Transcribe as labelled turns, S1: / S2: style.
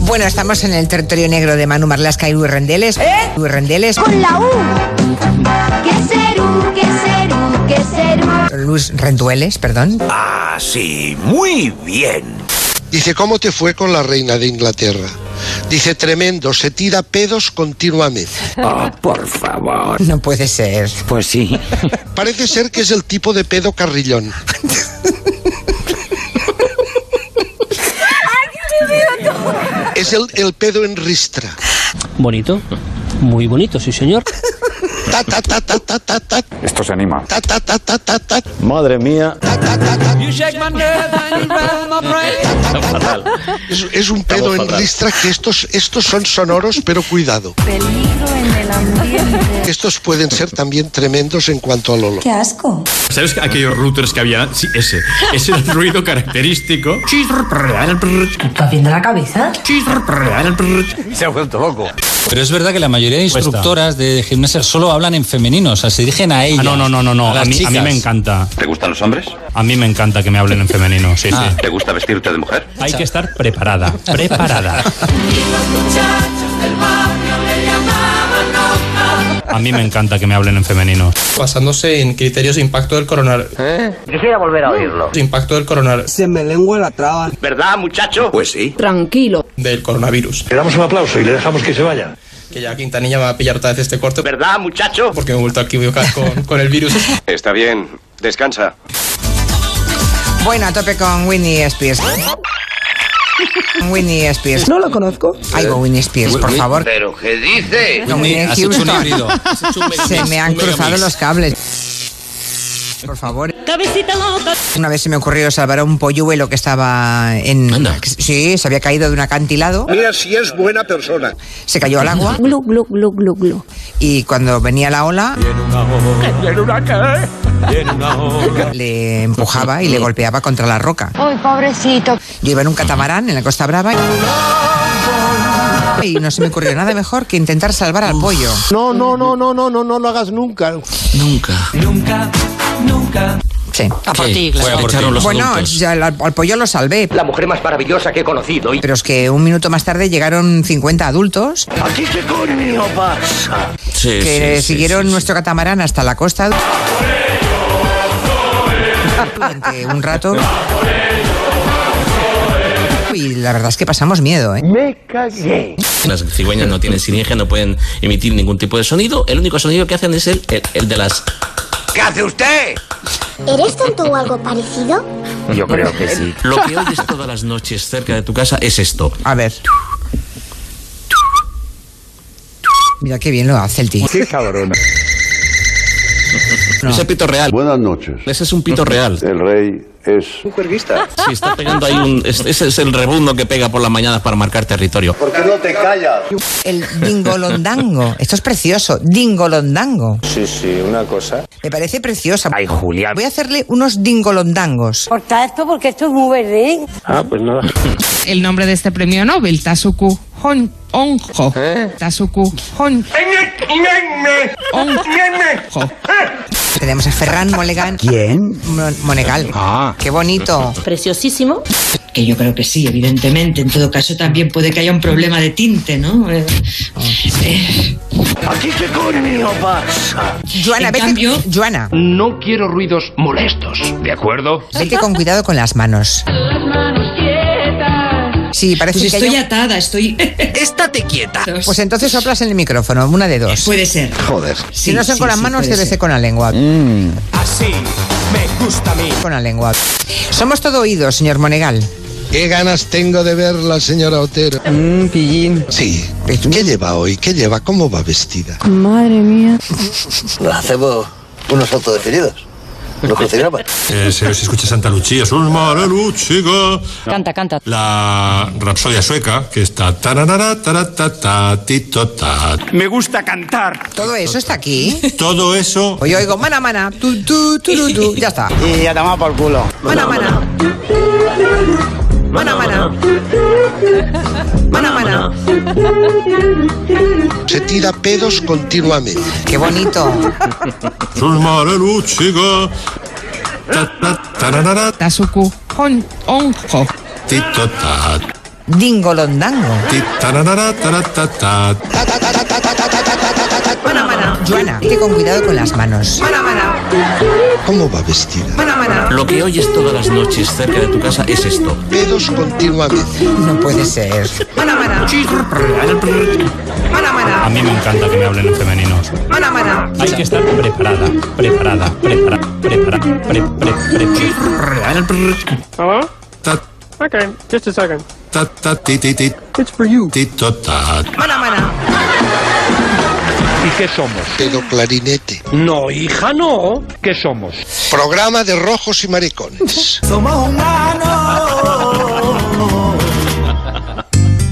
S1: Bueno, estamos en el territorio negro de Manu Marlasca y Luis Rendeles.
S2: ¿Eh?
S1: Luis Rendeles.
S2: Con la U. Que serú, que serú, que serú.
S1: Luis Rendueles, perdón.
S3: Así, muy bien.
S4: Dice, ¿cómo te fue con la reina de Inglaterra? Dice, tremendo, se tira pedos continuamente.
S3: Oh, por favor.
S1: No puede ser.
S3: Pues sí.
S4: Parece ser que es el tipo de pedo carrillón. Es el, el pedo en ristra.
S5: Bonito, muy bonito, sí señor.
S4: Ta, ta, ta, ta, ta, ta, ta,
S6: Esto se anima.
S4: ta, ta, ta, ta, ta, ta,
S6: Madre mía.
S4: ta, ta, ta, ta. Ta, ta, ta, ta. Es, es un pedo en ristra que estos, estos son sonoros, pero cuidado. Estos pueden ser también tremendos en cuanto al olor.
S7: ¿Sabes aquellos routers que había? Sí, ese. Ese era el ruido característico.
S8: ¿Estás viendo la cabeza?
S6: Se ha vuelto loco.
S9: Pero es verdad que la mayoría de instructoras de gimnasia solo hablan en femenino, o sea, se dirigen a ellas.
S5: Ah, no, no, no, no, no.
S9: A,
S5: A,
S9: las
S5: mí, a mí
S9: chicas.
S5: me encanta.
S10: ¿Te gustan los hombres?
S5: A mí me encanta que me hablen en femenino. Sí,
S9: Ah.
S5: sí.
S10: ¿Te gusta vestirte de mujer?
S5: Hay que estar preparada, preparada. A mí me encanta que me hablen en femenino.
S11: basándose en criterios de impacto del coronar.
S6: Quisiera volver a oírlo.
S11: Impacto del coronar.
S10: ¿Verdad, muchacho? Pues sí.
S8: Tranquilo.
S11: Del coronavirus.
S6: Le damos un aplauso y le dejamos que se vaya.
S11: Que ya Quintanilla me va a pillar otra vez este corte
S10: ¿Verdad, muchacho?
S11: porque me he vuelto a equivocar con, con el virus.
S10: Está bien. Descansa.
S1: Bueno, a tope con Winnie Spears. Winnie Spears. No lo conozco. Algo Winnie Spears, por favor.
S10: ¿Pero qué dice?
S1: Con Whitney
S9: Has hecho un
S1: Houston.
S9: híbrido. Has hecho un mega
S1: Se
S9: mix,
S1: me
S9: un
S1: han
S9: mega
S1: cruzado
S9: mix.
S1: los cables. Por favor. Una vez se me ocurrió salvar a un polluelo que estaba en.
S9: Anda.
S1: Sí, se había caído de un acantilado.
S4: Mira si es buena persona.
S1: Se cayó al agua
S2: Glu, glu, glu, glu, glu.
S1: y cuando venía la ola. Le empujaba y le golpeaba contra la roca.
S2: Ay, pobrecito.
S1: Yo iba en un catamarán en la Costa Brava y no se me ocurrió nada mejor que intentar salvar al pollo.
S6: No, no, no, no, no, no, no lo hagas nunca.
S9: Nunca.
S1: Sí.
S8: A por
S9: Sí,
S8: ti, claro.
S9: fue a por ti. los
S1: bueno,
S9: adultos.
S1: ya al, al pollo lo salvé,
S10: La mujer más maravillosa que he conocido.
S1: pero es que un minuto más tarde llegaron 50 adultos
S6: ¿Aquí qué coño pasa?
S9: Sí,
S1: que
S9: sí, sí,
S1: siguieron
S9: sí, sí.
S1: nuestro catamarán hasta la costa durante un rato. Y la verdad es que pasamos miedo, ¿eh?
S6: Me cagué.
S12: Las cigüeñas no tienen sirige, no pueden emitir ningún tipo de sonido. El único sonido que hacen es el, el, el de las.
S3: ¿Qué hace usted?
S2: ¿Eres tonto o algo parecido?
S6: Yo creo que sí.
S12: Lo que oyes todas las noches cerca de tu casa es esto.
S1: A ver. Mira qué bien lo hace el tío.
S6: Qué cabrón.
S1: No.
S12: Ese pito real.
S6: Buenas noches.
S12: Ese es un pito real.
S6: El rey es.
S12: Sí, está pegando ahí un. es- Ese es el rebundo que pega por las mañanas para marcar territorio.
S6: ¿Por qué no te callas?
S1: El dingolondango. Esto es precioso. Dingolondango.
S6: Sí, sí, una cosa.
S1: Me parece preciosa.
S6: Ay, Julián.
S1: Voy a hacerle unos dingolondangos.
S8: Corta esto porque esto es muy verde.
S6: Ah, pues nada.
S8: El nombre de este premio Nobel, Tasuku Hon Onjo. Tasuku Hon Onjo.
S1: Tenemos a Ferran Molegan.
S6: ¿Quién?
S1: Mon- Monegal.
S6: Ah.
S1: Qué bonito.
S8: Preciosísimo.
S2: Que yo creo que sí, evidentemente. En todo caso, también puede que haya un problema de tinte, ¿no? Eh, eh,
S6: ¿Aquí qué coño pasa?
S1: Joana,
S2: En
S1: vete,
S2: cambio-
S1: Joana,
S10: No quiero ruidos molestos. ¿De acuerdo?
S1: vete con cuidado con las manos. Sí, parece
S2: pues
S1: que
S2: estoy
S1: hay un-
S2: atada, estoy.
S3: Estate quieta.
S1: Pues entonces soplas en el micrófono, una de dos.
S2: Puede ser.
S6: Joder.
S1: si no son con las manos, debe ser con la lengua.
S6: Mm.
S3: Así me gusta a mí.
S1: Con la lengua. Somos todo oídos, señor Monegal.
S4: Qué ganas tengo de verla, señora Otero.
S11: pillín.
S4: Sí. ¿Qué lleva hoy? ¿Qué lleva? ¿Cómo va vestida?
S6: Nos hacemos unos autodefinidos. Lo cocinamos.
S7: Eh, se os escucha Santa Lucía. Sus chica.
S8: Canta, canta.
S7: La Rapsodia sueca, que está. tararara, taratata, titota.
S3: Me gusta cantar.
S1: Todo eso está aquí.
S7: Todo eso.
S1: Hoy oigo mana mana, tu, tu, tu, tu, tu. ya está.
S6: Y ya tomamos por culo.
S1: Mana mana. Mana mana. Mana mana.
S4: Se tira pedos continuamente.
S1: Qué bonito.
S7: Sus chica. Ta, ta, tararara,
S8: Tasuku Hon Onjo.
S7: titota.
S1: Dingolondango.
S7: Tararara, taratata.
S1: Mana, mana. Joana, vete con cuidado con las manos. Mana, mana.
S4: ¿Cómo va vestida?
S1: Mana, mana.
S12: Lo que oyes todas las noches cerca de tu casa es esto.
S4: Pedos continuamente.
S1: No puede ser. Mana, mana. Mana, mana.
S5: A mí me encanta que me hablen en femenino.
S1: Mana, mana.
S5: Hay que estar preparada, preparada, preparada, preparada, pre, pre, pre,
S13: Hello?
S7: Ta-
S13: Okay, just a second.
S7: ta- ta- ti- ti- ti- titota.
S1: Mana, mana.
S4: ¿Y qué somos? Pedo clarinete.
S6: No, hija, no. ¿Qué somos?
S4: Programa de rojos y maricones.
S3: Somos humanos.